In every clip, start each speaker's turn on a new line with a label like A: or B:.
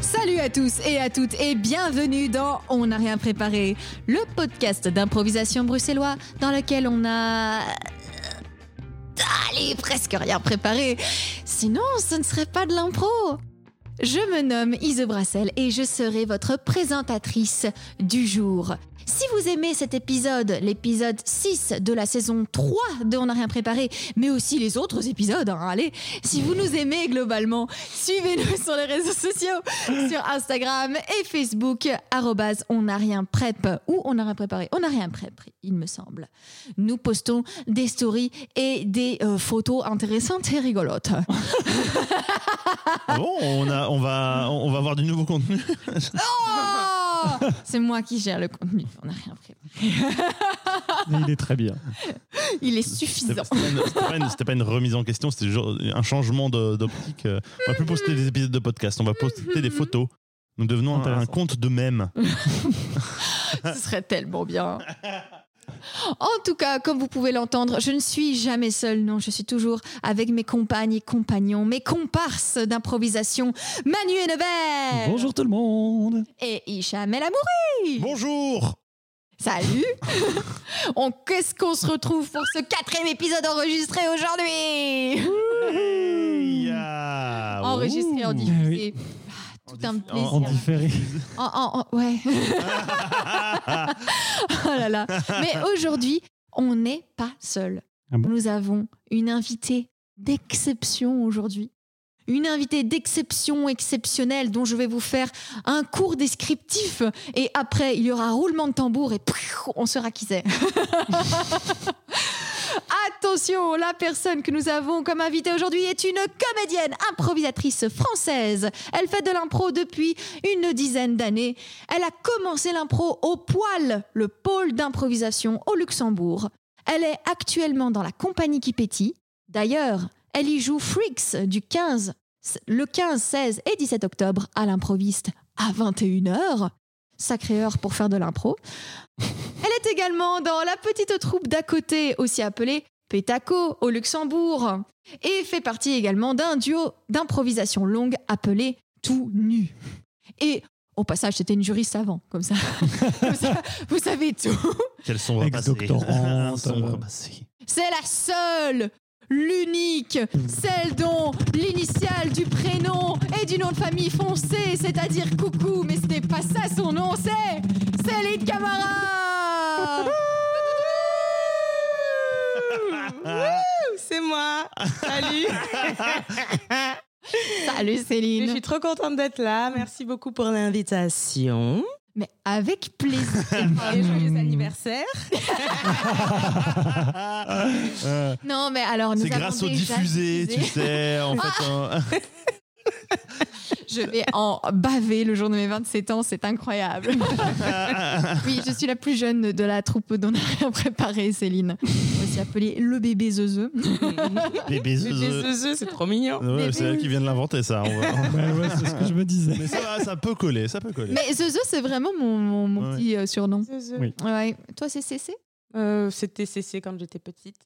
A: Salut à tous et à toutes et bienvenue dans On n'a rien préparé, le podcast d'improvisation bruxellois dans lequel on a... euh, Allez, presque rien préparé. Sinon, ce ne serait pas de l'impro. Je me nomme Ise Brassel et je serai votre présentatrice du jour. Si vous aimez cet épisode, l'épisode 6 de la saison 3 de On n'a rien préparé, mais aussi les autres épisodes, hein, allez, si vous nous aimez globalement, suivez-nous sur les réseaux sociaux, sur Instagram et Facebook, arrobase on n'a rien prep, ou on n'a rien préparé, on n'a rien prep, il me semble. Nous postons des stories et des euh, photos intéressantes et rigolotes.
B: Ah Bon, on, a, on, va, on va avoir du nouveau contenu.
A: Oh C'est moi qui gère le contenu, on n'a rien préparé.
C: Il est très bien.
A: Il est
B: C'était
A: suffisant.
B: c'était pas, une- c'était pas une- c'était pas une remise en question, c'était genre un changement de- d'optique. Euh, On va plus poster des épisodes de podcast, on va poster des photos. Nous devenons un,
C: Intéressant.
B: un compte de mèmes.
A: Ce serait tellement bien. En tout cas, comme vous pouvez l'entendre, je ne suis jamais seule, non, je suis toujours avec mes compagnes et compagnons, mes comparses d'improvisation, Manu Hennebert
C: Euh, Bonjour tout le monde.
A: et Hicham El Amoury
B: Bonjour
A: Salut On Qu'est-ce qu'on se retrouve pour ce quatrième épisode enregistré aujourd'hui
B: Hey, ah, oh. yeah.
A: Enregistré en
B: Ouh.
A: diffusé. Tout un
B: diff-
A: plaisir.
C: En différé.
A: En- en- en- ouais. oh là là. Mais aujourd'hui, on n'est pas seul.
C: Ah bon
A: Nous avons une invitée d'exception aujourd'hui. Une invitée d'exception exceptionnelle dont je vais vous faire un cours descriptif et après il y aura roulement de tambour et pfiou, on saura qui c'est. Attention, la personne que nous avons comme invitée aujourd'hui est une comédienne improvisatrice française. Elle fait de l'impro depuis une dizaine d'années. Elle a commencé l'impro au Poil, le pôle d'improvisation au Luxembourg. Elle est actuellement dans la compagnie qui pétille. D'ailleurs, elle y joue Freaks du 15, le 15, 16 et 17 octobre à l'improviste à 21h. Sacrée heure pour faire de l'impro. Elle est également dans la petite troupe d'à côté, aussi appelée Pétaco au Luxembourg, et fait partie également d'un duo d'improvisation longue appelé Tout Nu. Et au passage, c'était une juriste avant, comme ça. Comme ça, vous savez tout.
B: Quel sombre passé.
C: Ex-doctorante.
B: Un sombre passé.
A: C'est la seule, l'unique, celle dont l'initiale du prénom et du nom de famille foncé, c'est-à-dire coucou, mais ce n'est pas ça son nom, c'est Céline Camara
B: Ah,
D: C'est moi. Salut.
A: Salut
D: Je
A: Céline
D: suis trop contente d'être là. Merci beaucoup pour l'invitation.
A: Mais avec plaisir
C: Ah.
D: Et joyeux anniversaire.
B: Euh,
A: Non mais alors nous
B: C'est
A: avons
B: grâce au
A: déjà
B: diffusé, tu
A: diffusé.
B: sais. En fait, hein.
A: Je vais en baver le jour de mes 27 ans, c'est incroyable Oui, je suis la plus jeune de la troupe dont on a rien préparé, Céline. Aussi appelée le bébé Zeuzeux.
B: Bébé
D: Les
B: zeuze.
D: zezeux, c'est trop
E: Oh,
D: mignon.
B: Ouais,
A: Bébé
B: C'est elle qui vient de l'inventer, ça. on va-
C: Bah Ouais, ouais, c'est ce que je me disais.
B: Mais ça, va, ça peut coller, ça peut coller.
A: Mais Zeuzeux, c'est vraiment mon, mon, mon
B: Ouais.
A: petit euh, surnom.
D: Zezeux.
C: Oui.
A: Ouais. Toi, c'est CC
D: Euh, C'était CC quand j'étais petite.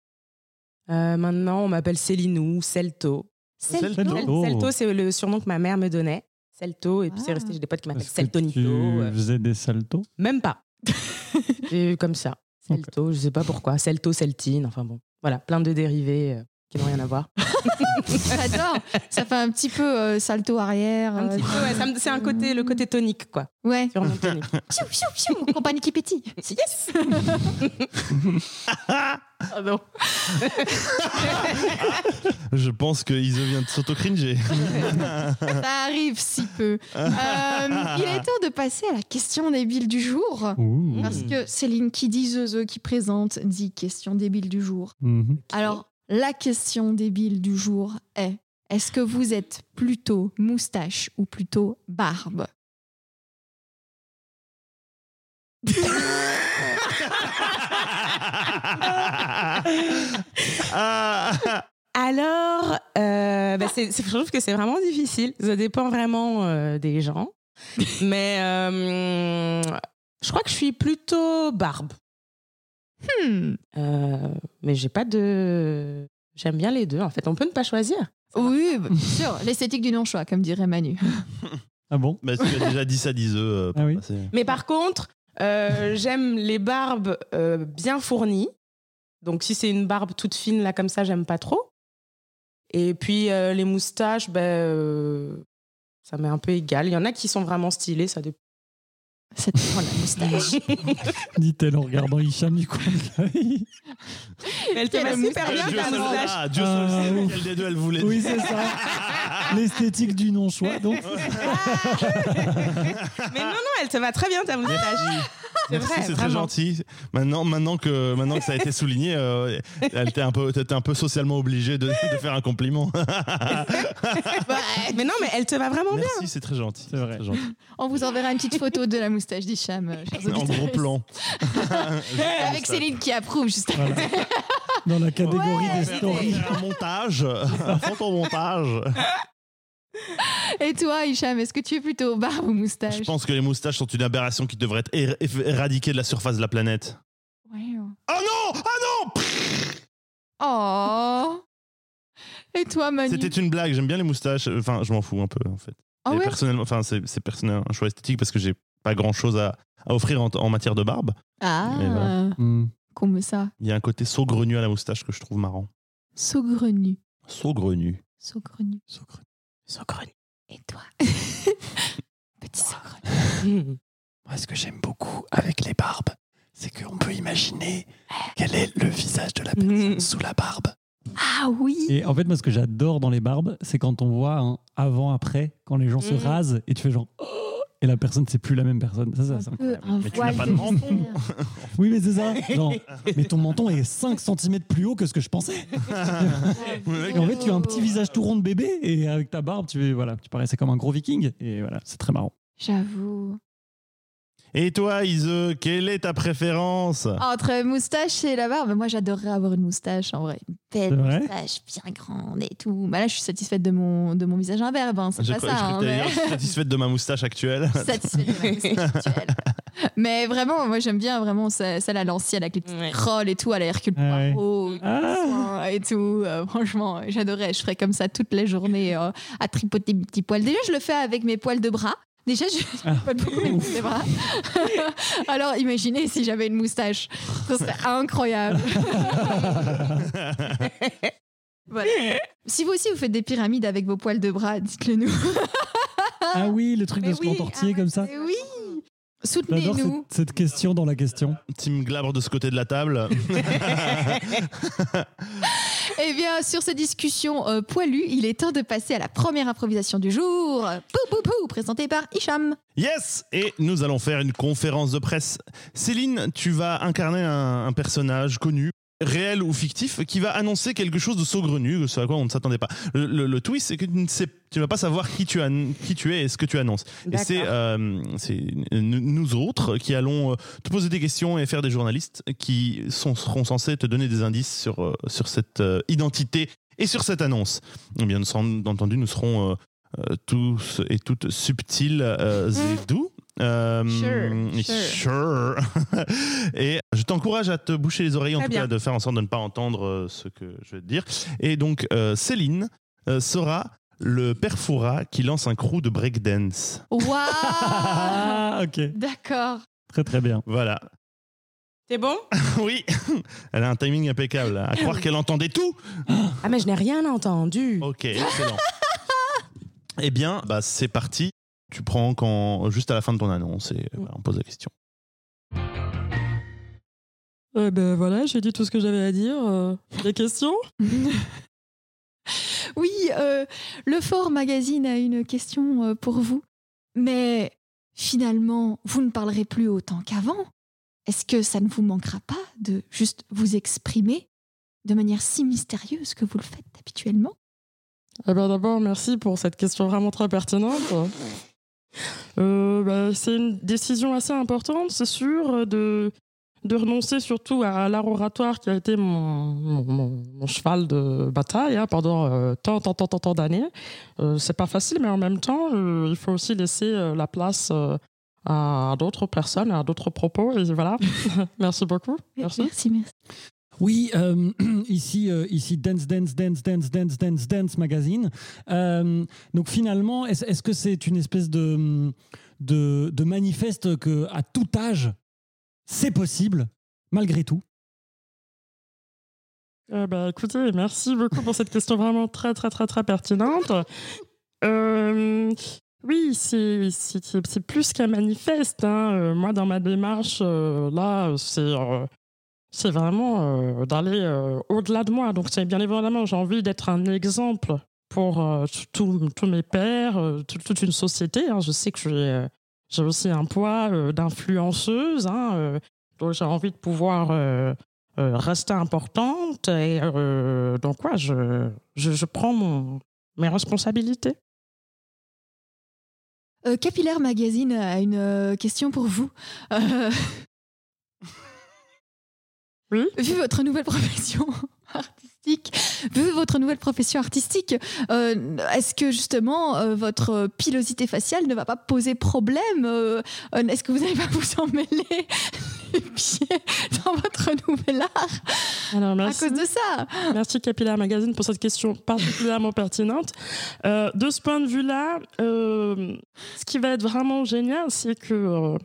D: Euh, maintenant, on m'appelle Célinou, Celto.
B: Celto.
A: Celto.
D: Cel-
C: Oh.
D: Celto, c'est le surnom que ma mère me donnait. Celto, et puis
A: Ah.
D: c'est resté, j'ai des potes qui m'appellent
C: Est-ce que
D: Celtonito.
C: Tu
D: euh,
C: faisais des saltos.
D: Même pas. Et comme ça. Celto, je sais pas pourquoi. Celto, Celtine, enfin bon. Voilà, plein de dérivés euh, qui n'ont rien à voir.
A: J'adore. Ça fait un petit peu euh, salto arrière.
D: Un
A: euh,
D: petit peu, ouais, ça me- Ah, c'est un côté, le côté tonique, quoi.
A: Ouais.
D: Sur mon tonique.
A: Pfiou, pfiou, pfiou, compagnie qui pétille.
D: Yes Pardon.
B: Je pense que Iso vient de s'auto-cringer.
A: Ça arrive si peu. Euh, il est temps de passer à la question débile du jour.
C: Ouh.
A: Parce
B: Mmh.
A: que Céline qui dit Zeuzeux qui présente dit question débile du jour.
C: Mhm.
A: Alors, la question débile du jour est est-ce que vous êtes plutôt moustache ou plutôt barbe
B: Ah.
D: Alors, euh, bah, c'est- c'est- je trouve que c'est vraiment difficile. Ça dépend vraiment euh, des gens. Mais euh, je crois que je suis plutôt barbe.
A: Hmm,
D: Euh, mais j'ai pas de. J'aime bien les deux. En fait, on peut ne pas choisir.
A: Oui, bien sûr, l'esthétique du non-choix, comme dirait Manu.
C: Ah bon
B: Bah, tu as déjà 10 à 10 œufs. euh,
C: Ah oui.
B: passer.
D: Mais par contre, euh, j'aime les barbes euh, bien fournies. Donc si c'est une barbe toute fine là comme ça, j'aime pas trop. Et puis euh, les moustaches, ben, euh, ça m'est un peu égal. Il y en a qui sont vraiment stylées, ça dépend.
A: Cette grande moustache.
C: Dit-elle en regardant Hicham du coin de l'œil.
D: Elle te
A: Elle
D: va
A: a
D: super bien
A: moustache.
B: Dieu
D: ta
B: seul-
D: moustache.
B: Ah, Dieu seul
C: Ah,
B: sait
C: oui.
B: lequel des deux elle voulait.
C: Oui, c'est ça. L'esthétique du non-choix, donc.
D: Ah. Mais non, non, elle te va très bien ta moustache. C'est
B: Merci,
D: vrai,
B: c'est très
D: vraiment.
B: gentil. Maintenant, maintenant que maintenant que ça a été souligné, euh, elle était un peu, t'étais un peu socialement obligée de, de faire un compliment.
D: Mais non, mais elle te va vraiment bien.
B: Merci, c'est très gentil.
C: C'est vrai.
B: très gentil.
A: On vous enverra une petite photo de la moustache d'Hicham. euh, chers
B: En
A: auditeurs.
B: gros plan.
A: Avec Céline qui approuve, juste
C: Voilà. Dans la catégorie
A: Ouais,
C: des
A: c'était-
C: stories.
B: Faire un montage, un photomontage.
A: Et toi, Hicham, est-ce que tu es plutôt barbe ou moustache
B: Je pense que les moustaches sont une aberration qui devrait être ér- éf- éradiquée de la surface de la planète.
A: Ouais.
B: Oh non Ah non
A: Oh Et toi, Manu
B: C'était une blague, j'aime bien les moustaches. Enfin, je m'en fous un peu en fait.
A: Ah
B: Et
A: ouais
B: personnellement, enfin, c'est c'est personnel, un choix esthétique parce que j'ai pas grand chose à, à offrir en, en matière de barbe.
A: Ah
B: Mais
A: Comme ça.
B: Il y a un côté saugrenu à la moustache que je trouve marrant.
A: Saugrenu.
B: Saugrenu.
A: Saugrenu.
D: Saugrenu.
A: Et toi Ah. Petit saugrenu.
C: Moi, ce que j'aime beaucoup avec les barbes, c'est qu'on peut imaginer quel est le visage de la
D: personne
C: sous la barbe.
A: Ah oui
C: Et en fait, moi, ce que j'adore dans les barbes, c'est quand on voit un avant-après, quand les gens se
D: Mhm.
C: rasent et tu fais genre. Oh Et la personne, c'est plus la même personne. Ça, ça, c'est
A: Un peu
C: incroyable.
A: un
B: Mais tu
A: voile
B: n'as pas de menton.
A: mystère.
C: Oui, mais c'est ça. Genre, mais ton menton est 5 cm plus haut que ce que je pensais. Et en fait, tu as un
D: Oh.
C: petit visage tout rond de bébé et avec ta barbe, tu, fais- voilà, tu paraissais comme un gros viking. Et voilà, c'est très marrant.
A: J'avoue.
B: Et toi, Ise, quelle est ta préférence
A: Entre moustache et la barbe, moi j'adorerais avoir une moustache en vrai. Une belle
C: C'est vrai
A: moustache bien grande et tout. Bah là, je suis satisfaite de mon, de mon visage imberbe, hein, c'est
B: Je
A: pas
B: crois-
A: ça.
B: je crois
A: hein,
B: que t'allais
A: mais-
B: dire, je suis satisfaite de ma moustache actuelle.
A: satisfait de ma moustache actuelle. Mais vraiment, moi j'aime bien vraiment ce- celle à l'ancienne avec les petites
D: Ouais.
A: rolls et tout, à la Hercule
C: Ah ouais.
A: Poirot
C: Ah.
A: et tout. Euh, franchement, j'adorais. Je ferais comme ça toute la journée euh, à tripoter mes petits poils. Déjà, je le fais avec mes poils de bras. Déjà, je
C: Ah.
A: tripote beaucoup mes poils de bras. Alors, imaginez si j'avais une moustache. Ce serait incroyable. Voilà. Si vous aussi vous faites des pyramides avec vos poils de bras, dites-le nous.
C: Ah oui, le truc
D: Mais
C: de se
D: oui,
C: contortiller
D: ah ouais,
C: comme ça.
A: Et Eh oui,
C: J'adore
A: soutenez-nous.
C: cette, cette question dans la question.
B: Team Glabre de ce côté de la table.
A: Eh bien, sur ces discussions euh, poilues, il est temps de passer à la première improvisation du jour. Pou pou pou, présentée par Hicham.
B: Yes Et nous allons faire une conférence de presse. Céline, tu vas incarner un, un personnage connu, réel ou fictif, qui va annoncer quelque chose de saugrenu, ce à quoi on ne s'attendait pas. Le, le- le twist, c'est que tu ne sais- tu ne vas pas savoir qui tu, an- qui tu es et ce que tu annonces. Et c'est
D: D'accord.
B: euh, c'est nous nous autres qui allons euh, te poser des questions et faire des journalistes qui sont, seront censés te donner des indices sur, euh, sur cette euh, identité et sur cette annonce. Eh bien nous serons- bien entendu, nous serons euh, euh, tous et toutes subtils euh,
D: Mm.
B: et doux. Euh,
A: Sure,
B: et
A: sure.
B: sure. et je t'encourage à te boucher les oreilles, en
D: Très
B: tout
D: bien.
B: cas, de faire en sorte de ne pas entendre euh, ce que je vais te dire. Et donc, euh, Céline euh, sera le père Foura qui lance un crew de breakdance.
A: Waouh
C: Ah, ok.
A: D'accord.
C: Très très bien.
B: Voilà. euh,
D: C'est bon
B: Oui, elle a un timing impeccable. À croire qu'elle entendait tout.
D: Ah mais je n'ai rien entendu.
B: Ok, excellent. eh bien, bah, c'est parti. Tu prends quand, juste à la fin de ton annonce et euh, voilà, on pose la question.
E: Euh, ben voilà, j'ai dit tout ce que j'avais à dire. Euh, des questions
A: Oui, euh, le Fort Magazine a une question euh, pour vous. Mais finalement, vous ne parlerez plus autant qu'avant. Est-ce que ça ne vous manquera pas de juste vous exprimer de manière si mystérieuse que vous le faites habituellement
E: Eh ben d'abord, merci pour cette question vraiment très pertinente. Euh, ben, c'est une décision assez importante, c'est sûr, euh, de, de renoncer surtout à l'art oratoire qui a été mon, mon- mon- mon cheval de bataille hein, pendant euh, tant, tant, tant, tant, tant d'années. Euh, c'est pas facile, mais en même temps, euh, il faut aussi laisser euh, la place euh, à d'autres personnes, à d'autres propos. Et voilà, merci beaucoup. Merci.
A: merci. merci.
C: Oui, euh, ici, euh, ici Dance, Dance, Dance, Dance, Dance, Dance, Dance Magazine. Euh, donc finalement, est-ce est-ce que c'est une espèce de, de, de manifeste que à tout âge, c'est possible, malgré tout
E: Euh, bah, écoutez, merci beaucoup pour cette question vraiment très, très, très, très pertinente. Euh, oui, c'est- c'est c'est- c'est plus qu'un manifeste. hein. Euh, Moi, dans ma démarche, euh, là, c'est euh, c'est vraiment euh, d'aller euh, au-delà de moi. Donc, c'est bien évidemment, j'ai envie d'être un exemple pour euh, tous tous mes pères, euh, tout- toute une société. hein. Je sais que j'ai euh, j'ai aussi un poids euh, d'influenceuse. hein, euh, donc, j'ai envie de pouvoir... euh, euh, rester importante. Et euh, donc, quoi, je, je, je prends mon, mes responsabilités.
A: Euh, Capillaire Magazine a une euh, question pour vous. Euh,
E: Oui.
A: Vu votre nouvelle profession artistique, vu votre nouvelle profession artistique, euh, est-ce que justement euh, votre pilosité faciale ne va pas poser problème euh, euh, Est-ce que vous n'allez pas vous emmêler les pieds dans votre nouvel art
E: Alors,
A: à
E: merci,
A: cause de ça
E: merci Capillaire Magazine pour cette question particulièrement pertinente. Euh, de ce point de vue-là, euh, ce qui va être vraiment génial, c'est que euh,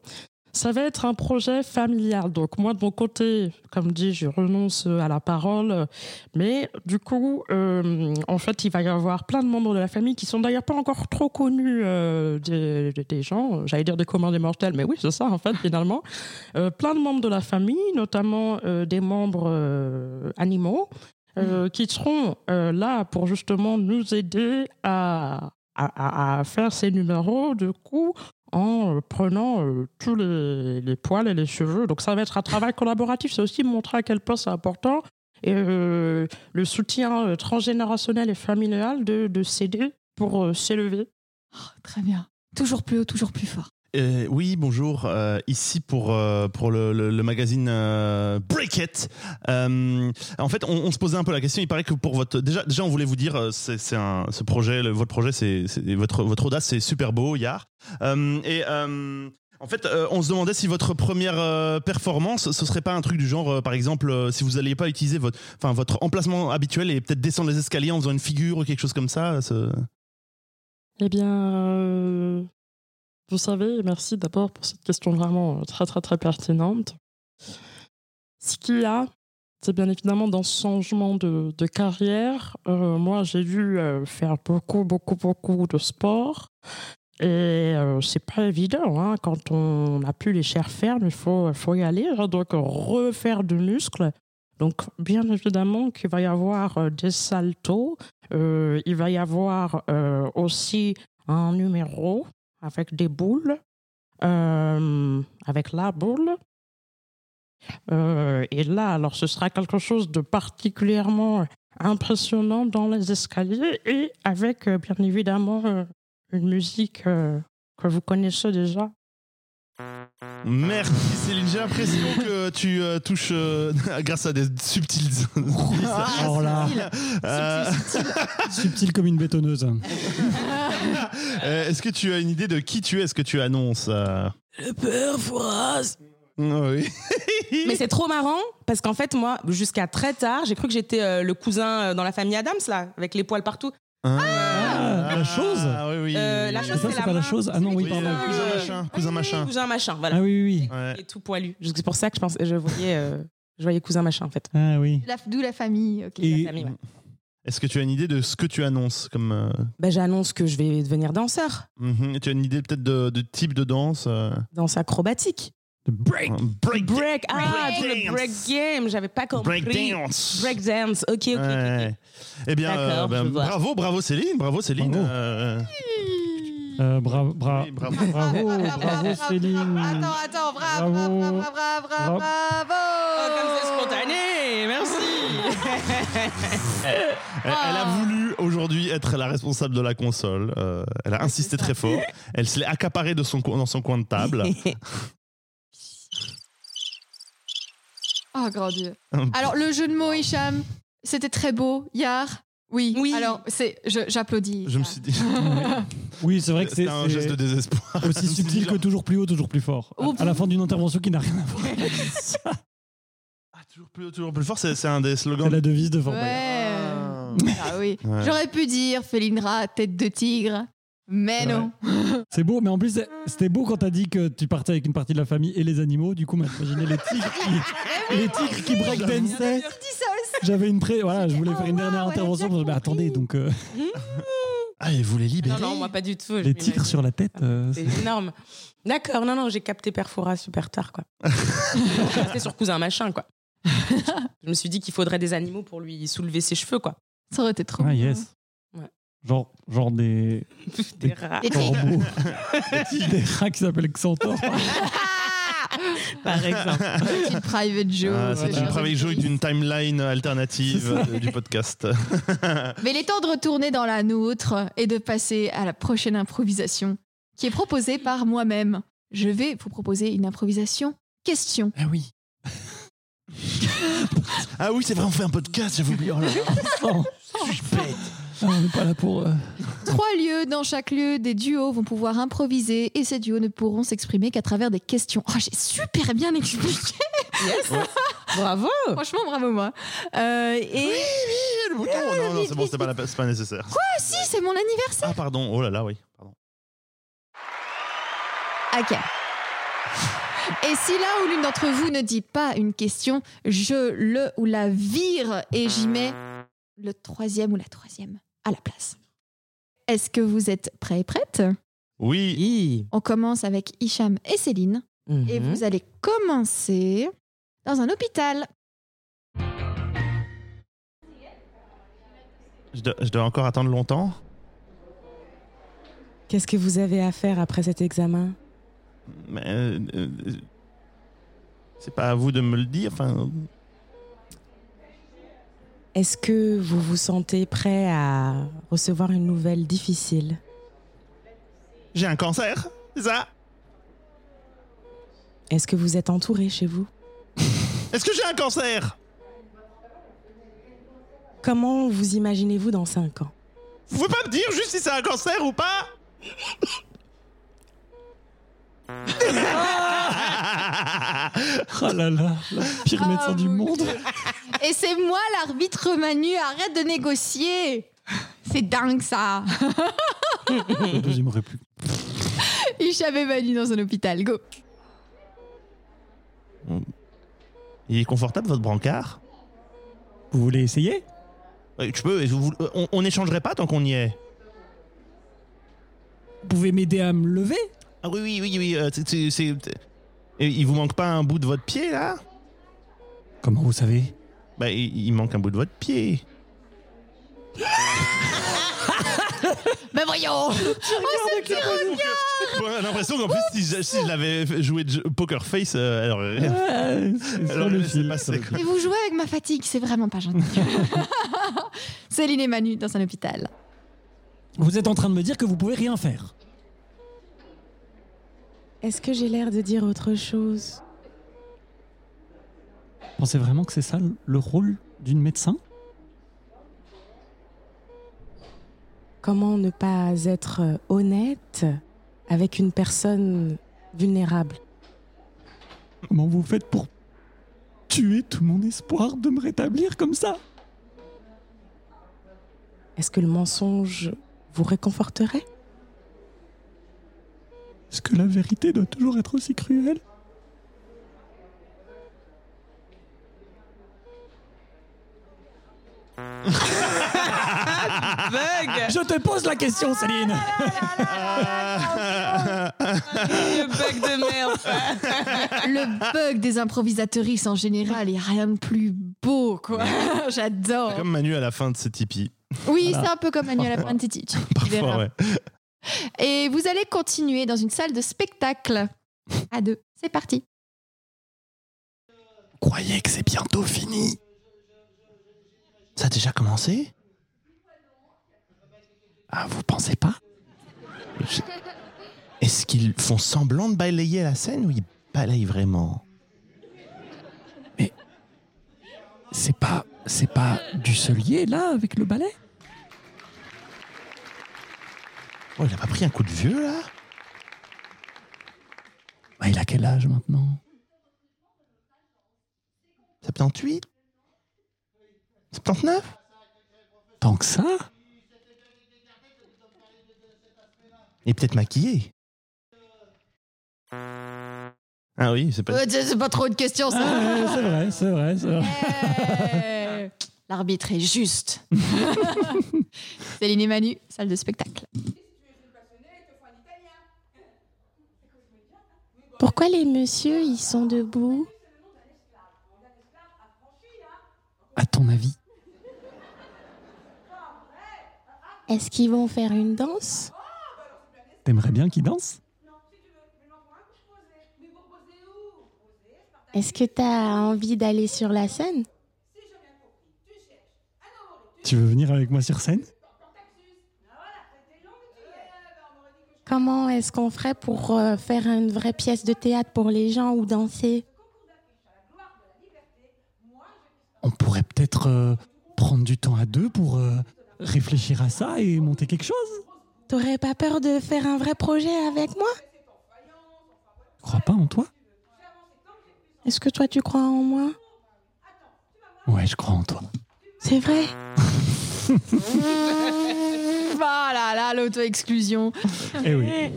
E: ça va être un projet familial. Donc, moi, de mon côté, comme dit, je renonce à la parole. Mais du coup, euh, en fait, il va y avoir plein de membres de la famille qui sont d'ailleurs pas encore trop connus euh, des, des- des gens, euh, j'allais dire des communs des mortels, mais oui, c'est ça, en fait, finalement. Euh, plein de membres de la famille, notamment euh, des membres euh, animaux, euh, qui seront euh, là pour justement nous aider à, à- à- à faire ces numéros, du coup, en euh, prenant euh, tous les, les poils et les cheveux. Donc, ça va être un travail collaboratif. C'est aussi montrer à quel point c'est important et euh, le soutien euh, transgénérationnel et familial de, de s'aider pour euh, s'élever.
A: Oh, Très bien. Toujours plus haut, toujours plus fort.
B: Euh, oui, bonjour. euh, ici pour, euh, pour le, le- le magazine euh, Break It. Euh, en fait, on, on se posait un peu la question. Il paraît que pour votre. Déjà, déjà on voulait vous dire, euh, c'est c'est un, ce projet, le- votre projet, c'est c'est- votre, votre audace, c'est super beau, Yar. Euh, et. euh, en fait, euh, on se demandait si votre première euh, performance, ce serait pas un truc du genre, euh, par exemple, euh, si vous n'alliez pas utiliser votre, enfin, votre emplacement habituel et peut-être descendre les escaliers en faisant une figure ou quelque chose comme ça. ce-
E: Eh bien, euh, vous savez, merci d'abord pour cette question vraiment euh, très très très pertinente. Ce qu'il y a, c'est bien évidemment dans ce changement de, de carrière, euh, moi j'ai dû euh, faire beaucoup beaucoup beaucoup de sport. Et euh, c'est pas évident, hein, quand on n'a plus les chairs fermes, il faut, faut y aller, hein, donc refaire du muscle. Donc bien évidemment qu'il va y avoir euh, des saltos, euh, il va y avoir euh, aussi un numéro avec des boules, euh, avec la boule. Euh, et là, alors ce sera quelque chose de particulièrement impressionnant dans les escaliers et avec euh, bien évidemment euh, une musique euh, que vous connaissez déjà.
B: Merci Céline, j'ai l'impression que tu euh, touches euh, grâce à des subtiles.
C: Alors Oh là,
B: Euh,
C: subtil comme une bétonneuse.
B: euh, Est-ce que tu as une idée de qui tu es Est-ce que tu annonces euh
D: Le père Fouras.
B: Oui.
D: Mais c'est trop marrant parce qu'en fait, moi, jusqu'à très tard, j'ai cru que j'étais euh, le cousin euh, dans la famille Adams, là, avec les poils partout.
C: Ah, la chose
B: Ah, oui, oui.
D: Euh, la
C: Ah,
D: chose,
C: ça,
D: c'est
C: c'est
D: la
C: pas la
D: main.
C: chose Ah non, oui,
B: Oui,
C: pardon.
B: euh, cousin machin, cousin machin.
D: Cousin machin, voilà.
C: Ah oui, oui, oui.
B: Ouais.
D: Il est tout poilu. C'est pour ça que je, pense, je, voyais, euh, je voyais cousin machin, en fait.
C: Ah oui.
A: La- D'où la famille. ok.
C: Et-
D: La famille, ouais.
B: Est-ce que tu as une idée de ce que tu annonces comme euh,
D: Bah, J'annonce que je vais devenir danseur,
B: mhm. Tu as une idée peut-être de, de type de danse euh,
D: danse acrobatique.
B: Break. Break.
D: Break, ah,
B: Break
D: d'où le
B: dance.
D: break game, j'avais pas compris.
B: dance.
D: Break dance, ok, ok, ok, ok.
B: Ouais. Eh bien,
D: D'accord,
B: euh, ben,
D: je vois.
B: bravo, bravo Céline, bravo Céline.
C: Bravo.
B: Euh,
C: Euh, bra- bra-
B: Oui, bravo.
C: bravo, bravo Céline.
A: Attends, attends, bravo,
C: Bravo.
A: bravo, bravo, bravo,
D: Oh,
A: bravo.
D: comme c'est spontané, merci.
B: Elle, elle a voulu aujourd'hui être la responsable de la console. Euh, elle a insisté très fort. Elle se l'est accaparée de son, coin- dans son coin de table.
A: Oh, grand Dieu. Alors, le jeu de mots, Hicham, c'était très beau. Yar, oui.
D: Oui.
A: Alors, c'est, je- j'applaudis.
B: Je me suis dit,
C: Oui, c'est vrai que c'est
B: c'était un geste de
C: c'est
B: désespoir.
C: aussi subtil que toujours plus haut, toujours plus fort.
A: Oh,
C: À la fin d'une intervention qui n'a rien à voir.
B: Toujours plus, toujours plus fort, c'est c'est un des slogans.
C: C'est la devise de Fort Boyard.
A: Ouais.
B: Ah.
A: Ah oui.
B: bah, Ouais.
A: J'aurais pu dire Felindra, tête de tigre, mais
C: Ouais.
A: non.
C: C'est beau, mais en plus, c'est- c'était beau quand t'as dit que tu partais avec une partie de la famille et les animaux. Du coup, moi, j'imaginais les tigres qui, les tigres qui
A: Je
C: breakdançaient.
A: dis ça aussi.
C: J'avais une pré... voilà, je voulais
A: Oh,
C: faire une dernière
A: waouh, elle a
C: intervention.
A: bien
C: mais attendez, donc euh,
B: Ah, et vous les
D: Non,
B: libérez
D: non, moi pas du tout. je
C: les tigres
D: m'imagine.
C: sur la tête. euh,
D: C'est énorme. D'accord, non, non, j'ai capté Perfora super tard, quoi. Je suis restée sur Cousin Machin, quoi. Je me suis dit qu'il faudrait des animaux pour lui soulever ses cheveux, quoi.
A: Ça aurait été trop.
C: Ah
A: mignon.
C: yes.
D: Ouais.
C: Genre, genre des
D: Des rats.
A: Des tigres.
C: corbeaux. des rats qui s'appellent Xantor.
D: Par exemple.
A: C'est une private joke.
B: Ah, c'est
C: Voilà.
B: une travail joke d'une timeline alternative euh, du podcast.
A: Mais il est temps de retourner dans la nôtre et de passer à la prochaine improvisation qui est proposée par moi-même. Je vais vous proposer une improvisation. Question.
C: Ah oui.
B: Ah oui, c'est vrai, on fait un podcast, j'avais oublié. Oh là là.
C: Ah, on n'est pas là pour. euh,
A: Trois lieux. Dans chaque lieu, des duos vont pouvoir improviser et ces duos ne pourront s'exprimer qu'à travers des questions. Oh, j'ai super bien expliqué.
D: Bravo.
A: Franchement, bravo moi. Euh, et
B: Le bouton. Non, non, c'est bon, c'est pas, la- c'est pas nécessaire.
A: Ah, si, c'est mon anniversaire.
B: Ah, pardon, oh là là, oui. Pardon.
A: Ok. Et si l'un ou l'une d'entre vous ne dit pas une question, je le ou la vire et j'y mets le troisième ou la troisième à la place. Est-ce que vous êtes prêts et prêtes
B: Oui,
A: On commence avec Hicham et Céline
D: Mhm.
A: et
B: Mhm.
A: vous allez commencer dans un hôpital.
B: je dois, je dois encore attendre longtemps.
D: Qu'est-ce que vous avez à faire après cet examen
B: Mais, euh, euh, c'est pas à vous de me le dire. Enfin,
D: Est-ce que vous vous sentez prêt à recevoir une nouvelle difficile
B: j'ai un cancer, c'est ça
D: Est-ce que vous êtes entouré chez vous
B: Est-ce que j'ai un cancer
D: Comment vous imaginez-vous dans 5 ans
B: Vous pouvez pas me dire juste si c'est un cancer ou pas
C: Ah là là, le pire
A: Ah,
C: médecin du
A: mon
C: monde.
A: Et c'est moi l'arbitre Manu, arrête de négocier. C'est dingue ça.
C: J'aimerais plus.
A: Hicham et Manu dans un hôpital, go.
B: Il est confortable votre brancard
C: Vous voulez essayer
B: Ouais, Je peux, et vous- vous- on, on échangerait pas tant qu'on y est.
C: Vous pouvez m'aider à me lever
B: Ah oui, oui, oui, oui. euh, c'est- c'est- c'est- Et il vous manque pas un bout de votre pied là
C: Comment vous savez
B: Bah, il, il manque un bout de votre pied.
A: Mais Ben voyons
C: Oh,
B: Bon, on a l'impression qu'en plus, si je, si je l'avais joué de jeu- Poker Face, euh, elle aurait rien.
C: Ouais, C'est
B: elle
C: sur
B: aurait
C: le
B: laissé
C: fil,
B: passer,
C: sur le
B: quoi.
A: Et vous jouez avec ma fatigue, c'est vraiment pas gentil. Céline et Manu dans un hôpital.
C: fil. Vous êtes en train de me dire que vous pouvez rien faire.
D: Est-ce que j'ai l'air de dire autre chose
C: Pensez vraiment que c'est ça le rôle d'une médecin
D: Comment ne pas être euh, honnête avec une personne vulnérable
C: Comment vous faites pour tuer tout mon espoir de me rétablir comme ça
D: Est-ce que le mensonge vous réconforterait
C: Est-ce que la vérité doit toujours être aussi cruelle
D: Bug
C: Je te pose la question, Céline
D: Le bug de merde
A: Le bug des improvisatrices en général est rien de plus beau, quoi. J'adore.
B: Comme Manu à la fin de ses Tipeee.
A: Oui,
C: Voilà.
A: c'est un peu comme Manu à la fin de Titi. tu- tu verras.
B: Parfois, ouais.
A: Et vous allez continuer dans une salle de spectacle. À deux, c'est parti.
B: Croyez que c'est bientôt fini. Ça a déjà commencé Ah, vous pensez pas Je- Est-ce qu'ils font semblant de balayer la scène ou ils balayent vraiment
C: C'est pas. C'est pas du Dusselier, là, avec le balai
B: Oh, il a pas pris un coup de vieux là
C: Ah, Bah, Il a quel âge maintenant
B: Ça- 78 79
C: Tant que ça
B: Il est peut-être maquillé. Ah oui, c'est pas.
A: Ouais, Euh, C'est c'est pas trop une question, ça.
C: Ah ouais, C'est vrai, c'est vrai, c'est vrai.
A: Hey L'arbitre est juste. Céline et Manu, salle de spectacle.
F: Pourquoi les messieurs, ils sont debout
C: À ton avis
F: Est-ce qu'ils vont faire une danse
C: T'aimerais bien qu'il danse
F: Est-ce que t'as envie d'aller sur la scène
C: Tu veux venir avec moi sur scène
F: Comment est-ce qu'on ferait pour euh, faire une vraie pièce de théâtre pour les gens ou danser
C: On pourrait peut-être euh, prendre du temps à deux pour euh, réfléchir à ça et monter quelque chose
F: T'aurais pas peur de faire un vrai projet avec moi
C: Je Crois pas en toi
F: Est-ce que toi tu crois en moi
C: Ouais, je crois en toi.
F: C'est vrai
A: Voilà, là, l'auto-exclusion.
C: Eh oui.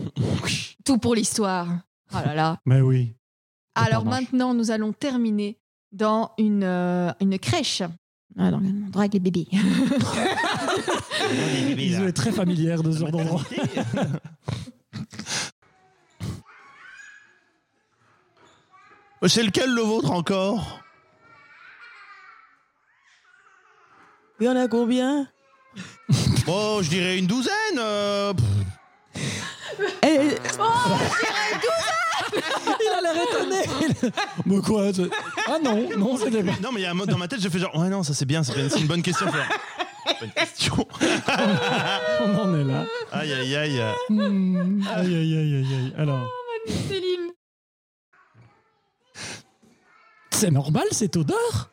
A: Tout pour l'histoire. Oh là là.
C: Mais oui.
A: Alors
C: pardon.
A: maintenant, nous allons terminer dans une, euh, une crèche. Ah, dans on drague les bébés.
C: Ils est très familière de ce genre d'endroit.
B: Euh, C'est lequel le vôtre encore
D: Il y en a combien
B: Oh, je dirais une douzaine. euh, pff.
F: Eh, oh,
C: Mais quoi c'est- Ah non, non, c'était pas.
B: Non, mais il y a un mode dans ma tête, j'ai fait genre, ouais, non, ça c'est bien, c'est bien, c'est une bonne question. Florent. Bonne question.
C: On en est là.
B: Aïe, aïe, aïe.
C: Hmm, Aïe, aïe, aïe, aïe, aïe. Alors,
A: Céline.
C: c'est normal cette odeur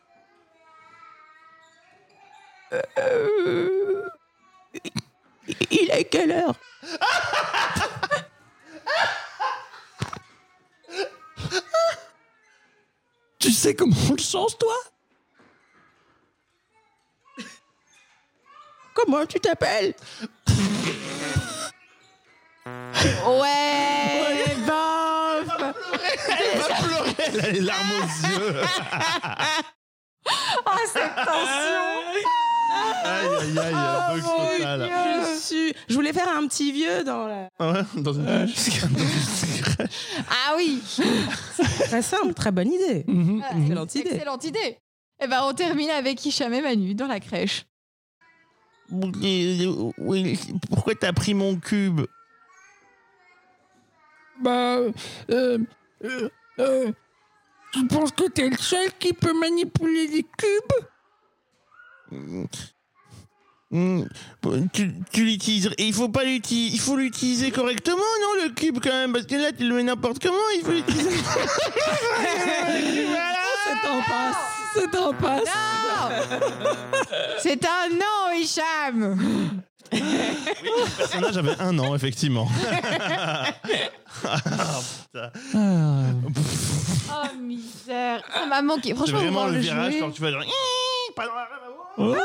D: Il est quelle heure
C: Tu sais comment on le change, toi
D: Comment tu t'appelles
A: Ouais.
B: Elle va pleurer, elle a les larmes aux yeux.
A: Oh, cette tension.
B: Aïe, aïe, aïe, bug total.
D: Je suis- Je voulais faire un petit vieux dans la...
B: Ah ouais, dans une
A: Ah oui.
D: Très simple, très bonne idée.
C: Euh, Mhm,
D: Excellente idée.
A: Excellente idée. Et ben, on termine avec Hicham et Manu dans la crèche.
B: Oui, Euh, Pourquoi t'as pris mon cube
G: Bah, euh, euh, euh, tu penses que t'es le seul qui peut manipuler les cubes
B: Hmm, Tu, tu l'utiliserais. Et il faut pas l'utiliser. Il faut l'utiliser correctement, non, le cube quand même. Parce que là, tu le mets n'importe comment. Il faut l'utiliser.
C: C'est en passe C'est en passe
A: C'est un non, Hicham.
B: Le personnage avait un an, effectivement.
C: Ah,
A: Oh misère. Ah, maman qui.
B: C'est
A: Franchement,
B: vraiment
A: voir
B: le
A: le
B: virage
A: jouer.
B: quand tu vas genre. Ih, pas dans la rame à moi.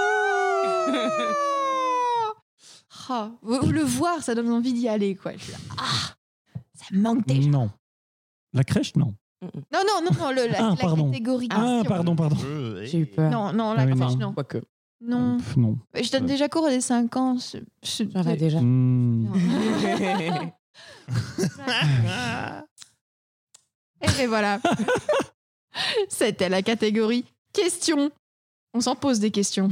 A: Ah, vous- vous le voir, ça donne envie d'y aller, quoi. Je suis là, ah, ça me manque déjà.
C: Non. La crèche, non.
A: Non, non, non, non, le, la,
C: Mm. Ah,
A: la
C: pardon.
A: catégorie.
C: Ah,
A: question.
C: pardon, pardon.
B: Euh, eh.
D: J'ai eu peur.
A: Non, non, la
C: Ah oui,
A: crèche,
C: non.
A: non.
D: Quoique.
A: Non,
C: Euh, Pff, non.
A: je donne déjà cours à des 5 ans. c'est- c'est-
D: Ça va déjà.
C: Hmm.
A: Non. Et ben voilà. C'était la catégorie questions. On s'en pose des questions.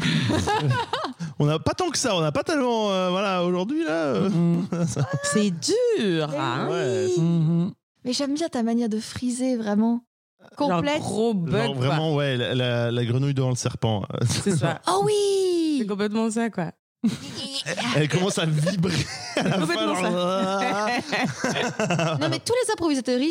B: On n'a pas tant que ça. On n'a pas tellement. euh, voilà, aujourd'hui, là. euh,
C: Mhm.
D: C'est dur. hein.
B: ouais.
C: Mhm.
A: Mais j'aime bien ta manière de friser, vraiment.
D: Genre
A: Complète.
D: gros bug.
B: Genre,
D: quoi.
B: vraiment, ouais, la, la- la grenouille devant le serpent.
D: C'est ça.
A: Oh oui
D: C'est complètement ça, quoi.
B: Elle commence à vibrer. à la
D: Complètement
B: fin, genre,
A: Non, mais tous les improvisateurs euh,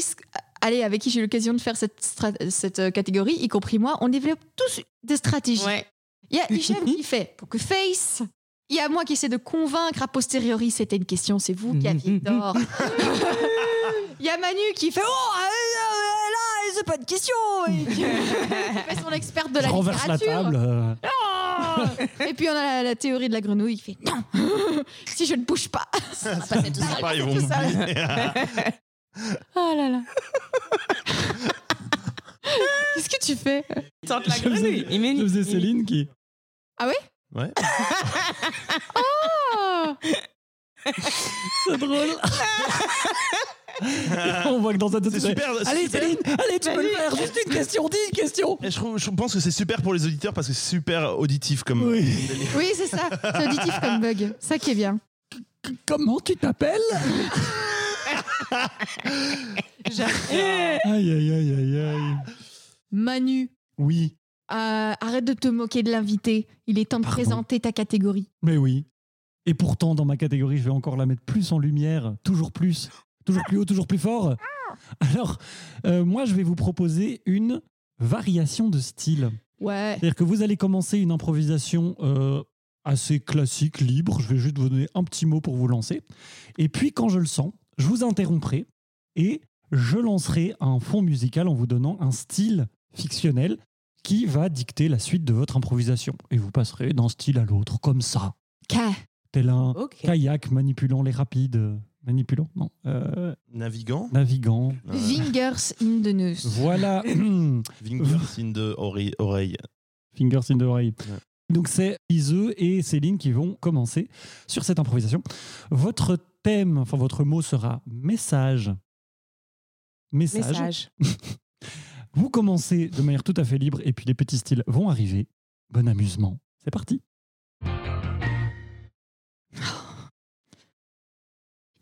A: allez, avec qui j'ai eu l'occasion de faire cette, strat- cette euh, catégorie, y compris moi, on développe tous des stratégies.
D: Ouais.
A: Il y a Hichem qui fait pour que face. Il y a moi qui essaie de convaincre a posteriori, c'était une question, c'est vous qui aviez tort. Il y a Manu qui fait Oh, ah, euh, euh, là, pose pas de questions et puis, Il fait son experte de
C: Je
A: la
C: renverse la
A: littérature.
C: table. euh,
A: et puis on a la, la théorie de la grenouille qui fait non Si je ne bouge pas ça va passer tout
B: Ils sont
A: seul.
B: pas, ils vont oublier.
A: Oh là là Qu'est-ce que tu fais
H: Tente la
C: Je faisais-
H: grenouille. Il met-
C: je faisais
H: il-
C: Céline qui.
B: Ouais.
A: Oh
C: C'est drôle. On voit que dans un
B: C'est super. c'est
C: Allez
B: super.
C: Céline, allez tu peux le
H: Vas-y.
C: faire. Juste une question, dis une question.
B: Et je, trouve- je pense que c'est super pour les auditeurs parce que c'est super auditif comme.
C: Oui.
A: Oui, c'est ça, c'est auditif comme bug, ça qui est bien.
C: C- Comment tu t'appelles Aïe aïe aïe aïe aïe.
A: Manu,
C: Oui,
A: euh, arrête de te moquer de l'invité, il est temps de
C: Pardon.
A: présenter ta catégorie.
C: mais oui. Et pourtant dans ma catégorie, je vais encore la mettre plus en lumière, toujours plus, toujours plus haut, toujours plus fort. Alors euh, moi je vais vous proposer une variation de style.
A: Ouais,
C: C'est-à-dire que vous allez commencer une improvisation euh, assez classique, libre. Je vais juste vous donner un petit mot pour vous lancer. Et puis, quand je le sens, je vous interromprai et je lancerai un fond musical en vous donnant un style fictionnel qui va dicter la suite de votre improvisation. Et vous passerez d'un style à l'autre, comme ça,
A: K.
B: Euh.
C: tel un
H: Ok.
C: kayak manipulant les rapides. euh, Manipulant Non. euh,
B: Navigant.
C: navigant.
B: Euh,
A: Vingers in the News.
C: Voilà.
B: Fingers in the ori- oreille.
C: Fingers in the Ray.
B: Ouais.
C: Donc c'est Iseu et Céline qui vont commencer sur cette improvisation. Votre thème, enfin votre mot sera message. Message.
H: Message.
C: Vous commencez de manière tout à fait libre et puis les petits styles vont arriver. Bon amusement. C'est parti.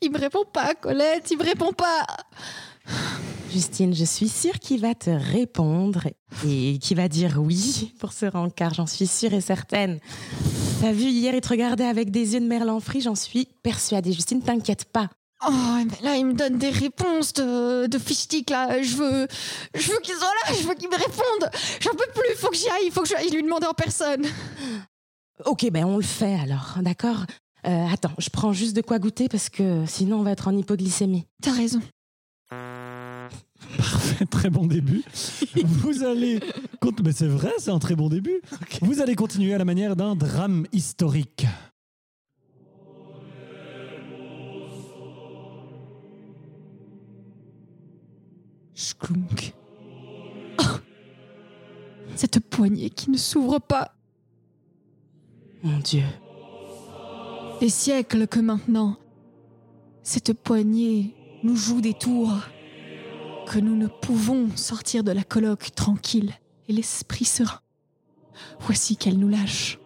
A: Il me répond pas, Colette, il me répond pas
E: Justine, je suis sûre qu'il va te répondre et qu'il va dire oui pour ce rencard, j'en suis sûre et certaine. T'as vu, hier, il te regardait avec des yeux de merlan frit, j'en suis persuadée. Justine, t'inquiète pas.
A: Oh, mais là, il me donne des réponses de, de fichtique, là. Je veux, je veux qu'il soit là, je veux qu'il me réponde. J'en peux plus, faut que j'y aille, faut que j'aille lui demander en personne.
E: Ok, ben on le fait alors, d'accord Euh, Attends, je prends juste de quoi goûter parce que sinon on va être en hypoglycémie.
A: T'as raison.
C: Parfait, très bon début. Vous allez... cont- Mais c'est vrai, c'est un très bon début. Vous allez continuer à la manière d'un drame historique.
A: Schklunk. Oh. cette poignée qui ne s'ouvre pas.
E: Mon Dieu.
A: Des siècles que maintenant, cette poignée nous joue des tours. Que nous ne pouvons sortir de la colloque tranquille et l'esprit serein. Voici qu'elle nous lâche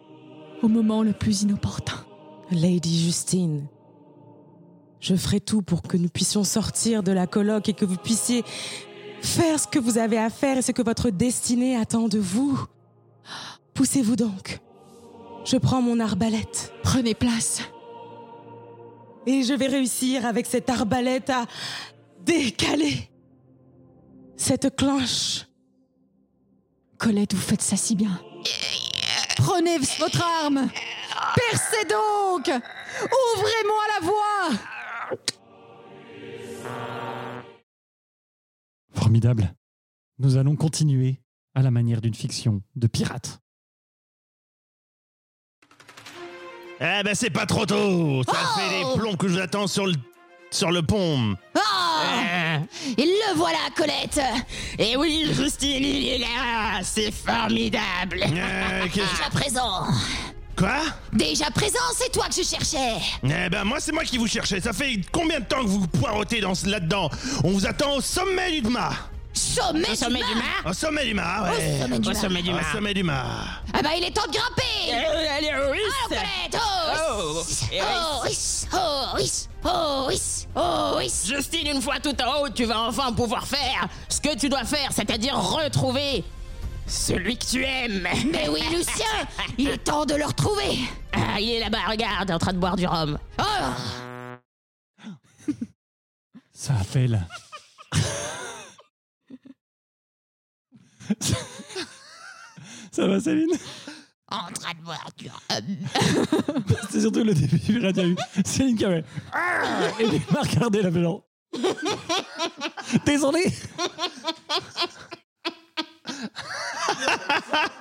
A: au moment le plus inopportun.
E: Lady Justine, je ferai tout pour que nous puissions sortir de la colloque et que vous puissiez faire ce que vous avez à faire et ce que votre destinée attend de vous. Poussez-vous donc. Je prends mon arbalète
A: Prenez place.
E: et je vais réussir avec cette arbalète à décaler cette clenche.
A: Colette, vous faites ça si bien. Prenez votre arme. Percez donc. Ouvrez-moi la voie.
C: Formidable. Nous allons continuer à la manière d'une fiction de pirate.
B: Eh ben c'est pas trop tôt. Ça
I: Oh
B: fait des plombs que je vous attends sur le sur le pont.
A: Ah. Et le voilà, Colette.
I: Et oui, Justine, il est là C'est formidable
B: Euh, qu'est-ce-
I: Déjà présent
B: Quoi
I: Déjà présent, c'est toi que je cherchais
B: Eh ben moi c'est moi qui vous cherchais. Ça fait combien de temps que vous poirotez dans ce- là-dedans On vous attend au sommet du mât.
I: Sommet, Au sommet du mât
B: Au sommet du mât, ouais.
I: sommet du mât.
B: Au sommet du mât.
I: Ah bah il est temps de grimper
J: Euh, Allez,
I: Alors Colette, oh Oh oui, Oh oui, Oh oui, Oh oui
J: Justine, une fois tout en haut, tu vas enfin pouvoir faire ce que tu dois faire, c'est-à-dire retrouver celui que tu aimes.
I: Mais oui, Lucien Il est temps de le retrouver
J: Ah, il est là-bas, regarde, en train de boire du rhum.
C: Ça appelle. Ça va, Céline
I: En train de boire du
C: C'est surtout le début du pirate, il y a eu Céline qui avait. Ah Et puis, il m'a regardé, la fait genre. Désolé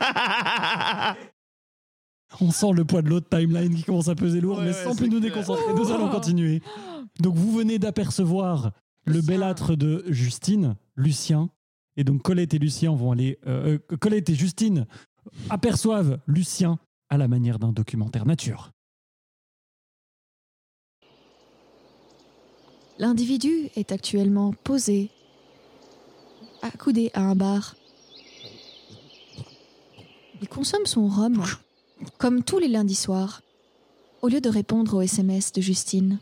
B: Ah,
C: On sent le poids de l'autre timeline qui commence à peser lourd,
B: Ouais,
C: mais
B: ouais,
C: sans
B: c'est
C: plus nous
B: clair. Oh
C: déconcentrer. Nous allons continuer. Donc, vous venez d'apercevoir le belâtre de Justine, Lucien. Et donc, Colette et Lucien vont aller. euh, euh, Colette et Justine aperçoivent Lucien à la manière d'un documentaire nature.
A: L'individu est actuellement posé, accoudé à un bar. Il consomme son rhum, comme tous les lundis soirs, au lieu de répondre aux SMS de Justine.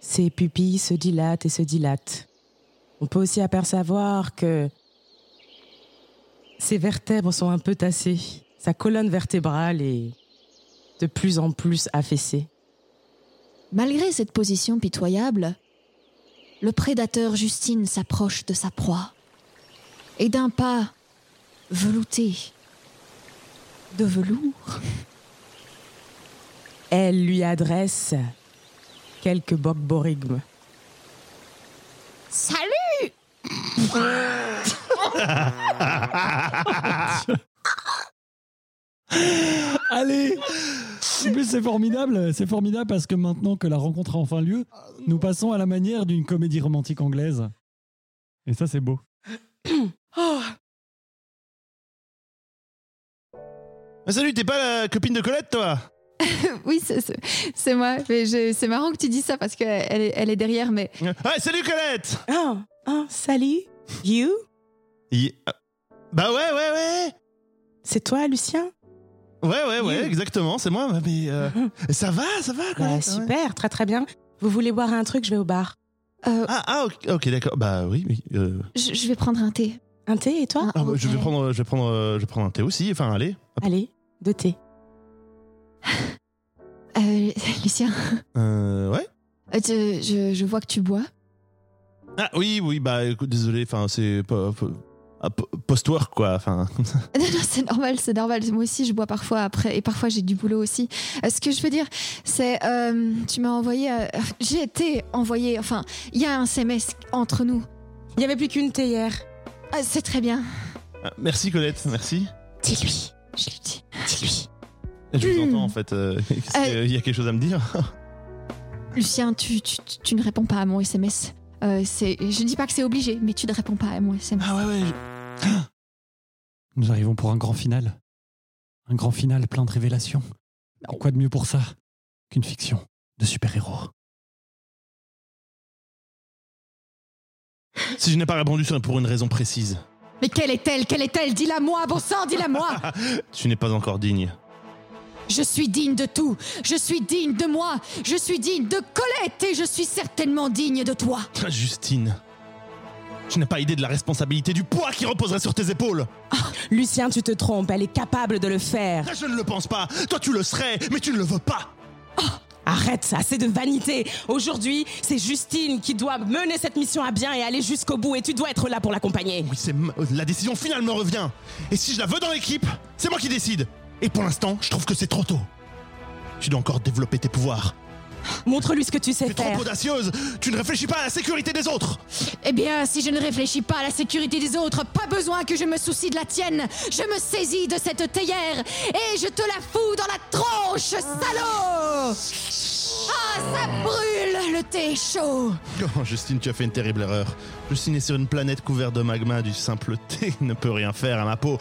F: Ses pupilles se dilatent et se dilatent. On peut aussi apercevoir que ses vertèbres sont un peu tassées. Sa colonne vertébrale est de plus en plus affaissée.
A: Malgré cette position pitoyable, le prédateur Justine s'approche de sa proie et d'un pas velouté de velours.
F: Elle lui adresse quelques bocborigmes.
I: Salut
C: Allez En plus, c'est formidable. C'est formidable parce que maintenant que la rencontre a enfin lieu, nous passons à la manière d'une comédie romantique anglaise. Et ça, c'est beau.
B: Ah, Salut, t'es pas la copine de Colette, toi
A: Oui, c'est- c'est c'est moi. Mais je- c'est marrant que tu dis ça parce qu'elle est, elle est derrière, mais
B: Ouais, salut Colette
F: Oh, oh, salut, you
B: Il- ah. Bah ouais, ouais, ouais
F: C'est toi, Lucien
B: Ouais, ouais, ouais,
F: You.
B: exactement, c'est moi, mais... euh, ça va, ça va, Colette
F: Bah,
B: ouais.
F: Super, très très bien. Vous voulez boire un truc Je vais au bar.
A: euh,
B: Ah, ah, ok, ok, d'accord, bah oui, oui. euh,
A: je, je vais prendre un thé.
F: Un thé et toi
A: Un
B: ah, bah, je, vais
A: hôtel.
B: prendre, je, vais prendre, euh, je vais prendre un thé aussi, enfin, allez.
F: Allez, deux thés.
A: Euh, Lucien,
B: Euh, ouais
A: euh, tu- je, je vois que tu bois.
B: Ah oui, oui, bah écoute, désolé, enfin, c'est... pas- pas- ah, po- Post-work, quoi, enfin...
A: Non, non, c'est normal, c'est normal. Moi aussi, je bois parfois après, et parfois j'ai du boulot aussi. Euh, ce que je veux dire, c'est, euh, tu m'as envoyé, euh, j'ai été envoyé. Enfin, il y a un SMS entre nous.
F: Il n'y avait plus qu'une théière.
A: Ah, c'est très bien.
B: Ah, Merci Colette, merci.
I: Dis-lui,
A: Je lui dis.
I: dis-lui.
B: Je vous
A: Hmm.
B: entends en fait. euh, qu'est-ce que- Il
A: Euh.
B: y a quelque chose à me dire.
A: Lucien, tu, tu, tu- tu ne réponds pas à mon SMS. Euh, c'est, je ne dis pas que c'est obligé, mais tu ne réponds pas à mon SMS.
B: ouais, ouais. je-
C: Nous arrivons pour un grand final. Un grand final plein de révélations. Et quoi de mieux pour ça qu'une fiction de super-héros
B: Si je n'ai pas répondu, c'est pour une raison précise.
A: Mais quelle est-elle Quelle est-elle Dis-la moi, bon sang, dis-la moi
B: Tu n'es pas encore digne.
A: Je suis digne de tout. Je suis digne de moi. Je suis digne de Colette et je suis certainement digne de toi.
B: Justine. Tu n'as pas idée de la responsabilité du poids qui reposerait sur tes épaules.
F: Lucien, tu te trompes, elle est capable de le faire.
B: Ah, Je ne le pense pas. Toi, tu le serais, mais tu ne le veux pas.
F: Arrête ça, c'est de vanité. Aujourd'hui, c'est Justine qui doit mener cette mission à bien et aller jusqu'au bout et tu dois être là pour l'accompagner.
B: Oui, c'est ma- la décision finale me revient. Et si je la veux dans l'équipe, c'est moi qui décide. Et pour l'instant, je trouve que c'est trop tôt. Tu dois encore développer tes pouvoirs.
F: Montre-lui ce que tu sais
B: Tu es trop
F: faire.
B: audacieuse. Tu ne réfléchis pas à la sécurité des autres.
A: Eh bien, si je ne réfléchis pas à la sécurité des autres, pas besoin que je me soucie de la tienne. Je me saisis de cette théière et je te la fous dans la tronche, salaud Ah, ça brûle Le thé est chaud
B: Oh, Justine, tu as fait une terrible erreur. Justine est sur une planète couverte de magma, du simple thé ne peut rien faire à ma peau.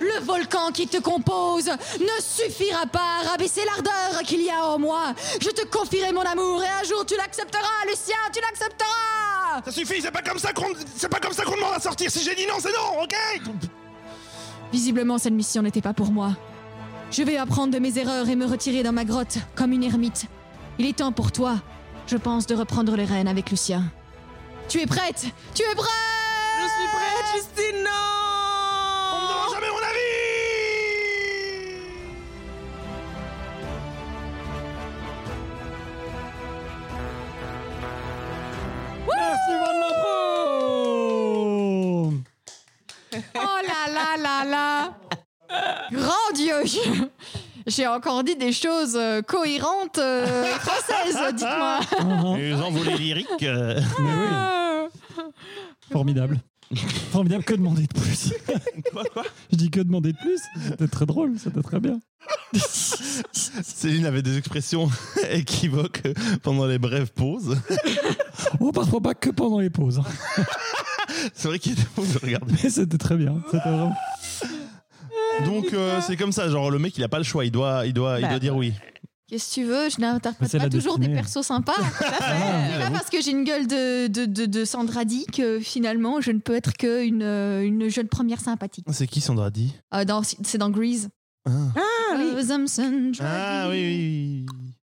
A: Le volcan qui te compose ne suffira pas à rabaisser l'ardeur qu'il y a en moi. Je te confierai mon amour et un jour tu l'accepteras, Lucien, tu l'accepteras
B: Ça suffit, c'est pas comme ça qu'on c'est pas comme ça qu'on demande à sortir. Si j'ai dit non, c'est non, ok
A: Visiblement, cette mission n'était pas pour moi. Je vais apprendre de mes erreurs et me retirer dans ma grotte comme une ermite. Il est temps pour toi, je pense, de reprendre les rênes avec Lucien. Tu es prête Tu es prête
D: Je suis prête, Justine,
B: On
D: non
B: me demande jamais mon avis
C: Merci, Van Lampro
A: Oh là là là là Grand Dieu J'ai encore dit des choses euh, cohérentes euh, et françaises, dites-moi.
C: Ah, ah.
B: euh. Les envolées lyriques.
C: Mais oui, Eh, formidable. Formidable, que demander de plus
B: Quoi, quoi
C: Je dis que demander de plus C'était très drôle, c'était très bien.
B: Céline avait des expressions équivoques pendant les brèves pauses.
C: Ou Oh, parfois pas que pendant les pauses. hein.
B: C'est vrai qu'il était beau de regarder.
C: Mais c'était très bien. C'était vraiment- Ah,
B: Donc euh, c'est comme ça, genre le mec il a pas le choix, il doit, il doit, il
K: Bah,
B: doit dire oui.
A: Qu'est-ce que tu veux Je
C: Mais
A: n'interprète
C: c'est
A: pas
C: la
A: toujours
C: destinée.
A: des persos sympas. C'est
C: Ah,
A: pas parce que j'ai une gueule de, de, de, de Sandra Dick que finalement je ne peux être qu'une euh, une jeune première sympathique.
B: C'est qui Sandra dit
A: Euh, dans- c'est dans Grease. Euh,
B: Ah,
K: Ah oui.
B: Ah, oui oui. oui.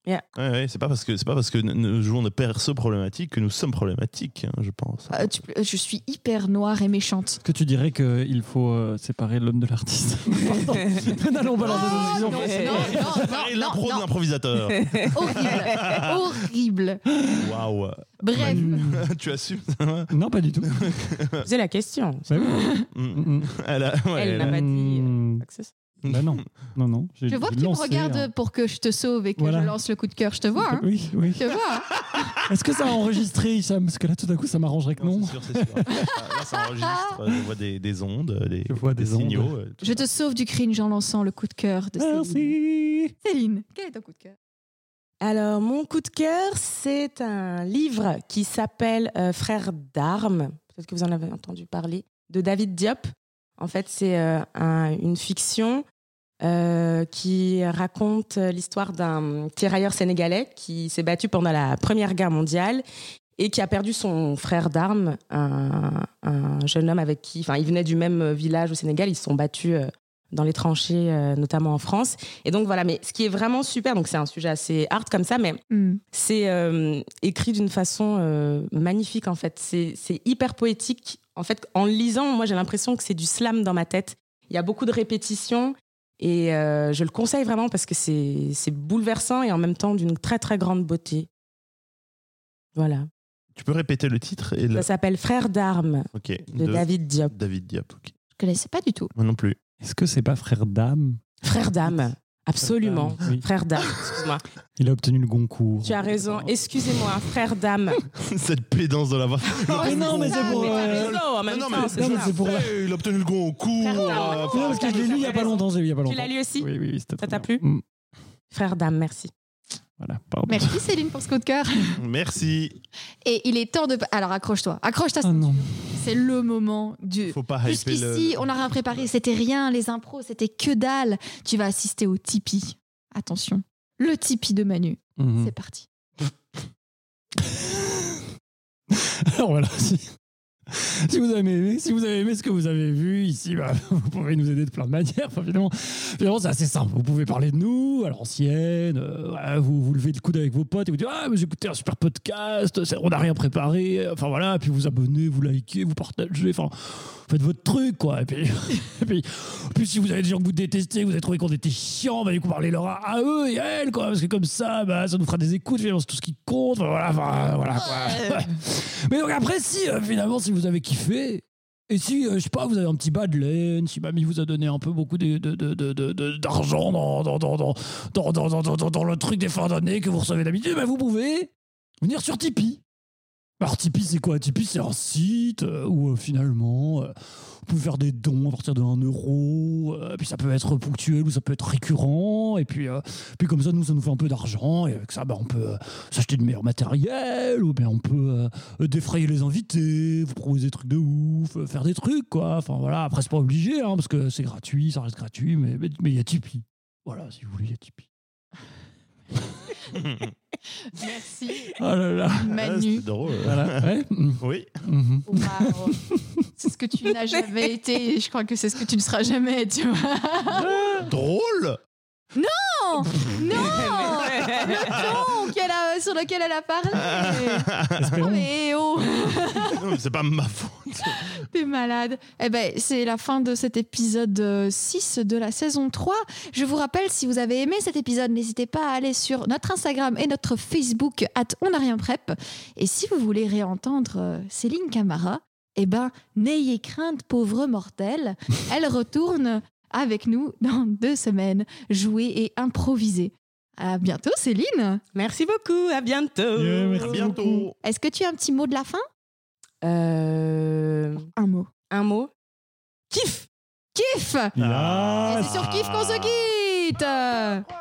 K: Yeah.
B: Ouais, ouais, c'est pas parce que c'est pas parce que nous- nous jouons des persos problématiques que nous sommes problématiques, hein, je pense.
A: Euh, tu- euh, je suis hyper noire et méchante.
C: Est-ce que tu dirais qu'il faut euh, séparer l'homme de l'artiste Pardon. Mais N'allons pas
A: Ah,
C: leur
A: non, non,
C: donner des
K: c'est-
C: exemples.
A: non,
B: Pareil, Ah, l'impro
A: non,
B: de
A: non,
B: l'improvisateur.
A: horrible, horrible.
B: Waouh.
A: Bref,
B: tu assumes
C: Bah, Non, pas du tout.
K: C'est la question.
C: Bah oui.
B: Mm.
C: Mm, mm.
B: Elle a- ouais,
K: Elle
B: elle a-
K: n'a pas dit.
C: Mm, bah non, non, non.
A: euh. je vois que tu me regardes pour que je te sauve et que
C: hein. Voilà.
A: je lance le coup de cœur. Je te vois. hein.
C: Oui, oui.
A: Je te vois. hein.
C: Est-ce que ça a enregistré, Hicham Parce que là, tout à coup, ça m'arrangerait que non.
B: Non, c'est sûr, c'est sûr. Là, ça enregistre. euh, Je vois des, des ondes, des,
C: Je vois des ondes.
B: signaux. euh, tout
A: Je
B: ça.
A: te sauve du cringe en lançant le coup de cœur de Céline.
C: Merci.
A: Céline, quel est ton coup de cœur
E: Alors, mon coup de cœur, c'est un livre qui s'appelle euh, Frères d'armes. Peut-être que vous en avez entendu parler. De David Diop. En fait, c'est euh, un- une fiction euh, qui raconte euh, l'histoire d'un tirailleur sénégalais qui s'est battu pendant la Première Guerre mondiale et qui a perdu son frère d'armes, un, un jeune homme avec qui, enfin, ils venaient du même village au Sénégal, ils se sont battus euh, dans les tranchées, euh, notamment en France. Et donc voilà, mais ce qui est vraiment super, donc c'est un sujet assez hard comme ça, mais
A: Hmm.
E: c'est euh, écrit d'une façon euh, magnifique en fait. C'est c'est hyper poétique. En fait, en le lisant, moi j'ai l'impression que c'est du slam dans ma tête. Il y a beaucoup de répétitions et euh, je le conseille vraiment parce que c'est c'est bouleversant et en même temps d'une très très grande beauté. Voilà.
B: Tu peux répéter le titre et le.
E: Ça s'appelle Frères d'armes
B: Ok.
E: de, David Diop.
B: David Diop. ok.
A: Je connaissais pas du tout.
B: Moi non plus.
C: Est-ce que c'est pas frère d'âme
E: Frères d'âme, absolument.
C: Frère d'âme, oui.
E: Frères d'âme, excuse-moi.
C: Il a obtenu le Goncourt.
E: Tu as raison, excusez-moi, frères d'âme.
B: Cette pédance de la voix.
C: Oh, mais non, mais c'est pour.
E: Mais t'as
C: euh,
E: raison, en même
B: non,
E: temps,
B: mais-
E: c'est
C: non, mais
E: ça.
C: c'est pour la-
B: Eh, Il a obtenu le concours.
E: Frère d'âme.
B: euh,
C: Non, parce que je l'ai lu il y a pas longtemps. J'ai lu il y a pas
E: Tu l'as
C: longtemps.
E: lu aussi
C: Oui, oui, oui, c'était
E: Ça t'a
C: très bien.
E: plu
C: Mm,
E: Frères d'âme, merci.
C: Voilà, pardon.
A: Merci Céline pour ce coup de cœur.
B: Merci.
A: Et il est temps de. Alors accroche-toi, accroche-toi.
C: Ah non.
A: C'est le moment du.
B: Faut pas hyper le.
A: Jusqu'ici, on n'a rien préparé. C'était rien, les impros, c'était que dalle. Tu vas assister au Tipeee. Attention, le Tipeee de Manu.
C: Mhm.
A: C'est parti.
C: Alors voilà, si, si vous avez aimé, si vous avez aimé ce que vous avez vu ici, bah, vous pouvez nous aider de plein de manières. Enfin, finalement, finalement, c'est assez simple. Vous pouvez parler de nous à l'ancienne, euh, voilà, vous, vous levez le coude avec vos potes et vous dites Ah, mais écoutez un super podcast, c'est- on n'a rien préparé. Enfin voilà, puis vous abonnez, vous likez, vous partagez, enfin, faites votre truc quoi. Et puis, et puis, puis si vous avez des gens que vous détestez, que vous avez trouvé qu'on était chiants, bah, du coup, parlez-leur à, à eux et à elles quoi, parce que comme ça, bah, ça nous fera des écoutes, finalement, c'est tout ce qui compte. Enfin, voilà, enfin, euh, voilà quoi. Mais donc après, si euh, finalement, si vous avez kiffé, et si, euh, je sais pas, vous avez un petit bas de laine, si mamie vous a donné un peu beaucoup de- de- de- de- de- de- d'argent dans, dans, dans, dans, dans, dans, dans, dans, dans- dans le truc des fins d'année que vous recevez d'habitude, ben vous pouvez venir sur Tipeee. Alors Tipeee, c'est quoi Tipeee, c'est un site euh, où euh, finalement, euh, vous pouvez faire des dons à partir de 1 euro, euh, puis ça peut être ponctuel ou ça peut être récurrent, et puis, euh, puis comme ça, nous, ça nous fait un peu d'argent, et avec ça, ben, on peut euh, s'acheter du meilleur matériel, ou bien on peut... euh, euh, défrayer les invités, vous proposer des trucs de ouf, euh, faire des trucs, quoi. Enfin voilà, après c'est pas obligé, hein, parce que c'est gratuit, ça reste gratuit, mais mais- mais il y a Tipeee. Voilà, si vous voulez, il y a Tipeee.
A: Merci
C: Oh là là.
B: Ah,
A: Manu.
B: c'est drôle.
C: Voilà, ouais. Mhm.
B: Oui.
C: Mhm.
A: Waouh. C'est ce que tu n'as jamais été et je crois que c'est ce que tu ne seras jamais, tu vois.
B: Drôle.
A: Non Non Le ton qu'elle a- sur lequel elle a parlé Oh,
C: Espérons.
A: mais oh
B: Non, mais c'est pas ma faute.
A: T'es malade. Eh ben, c'est la fin de cet épisode euh, 6 de la saison 3. Je vous rappelle, si vous avez aimé cet épisode, n'hésitez pas à aller sur notre Instagram et notre Facebook, at on n'a rien prep. Et si vous voulez réentendre euh, Céline Camara, eh ben, n'ayez crainte, pauvre mortel. Elle retourne avec nous dans deux semaines, jouer et improviser. À bientôt, Céline.
E: Merci beaucoup, à bientôt.
C: Yeah,
B: À
C: merci.
B: bientôt.
A: Est-ce que tu as un petit mot de la fin
E: Euh,
D: euh,
L: Un mot.
D: un mot. Kiff
A: Kiff Et
B: Ah,
C: mm.
A: c'est sur Kiff qu'on se quitte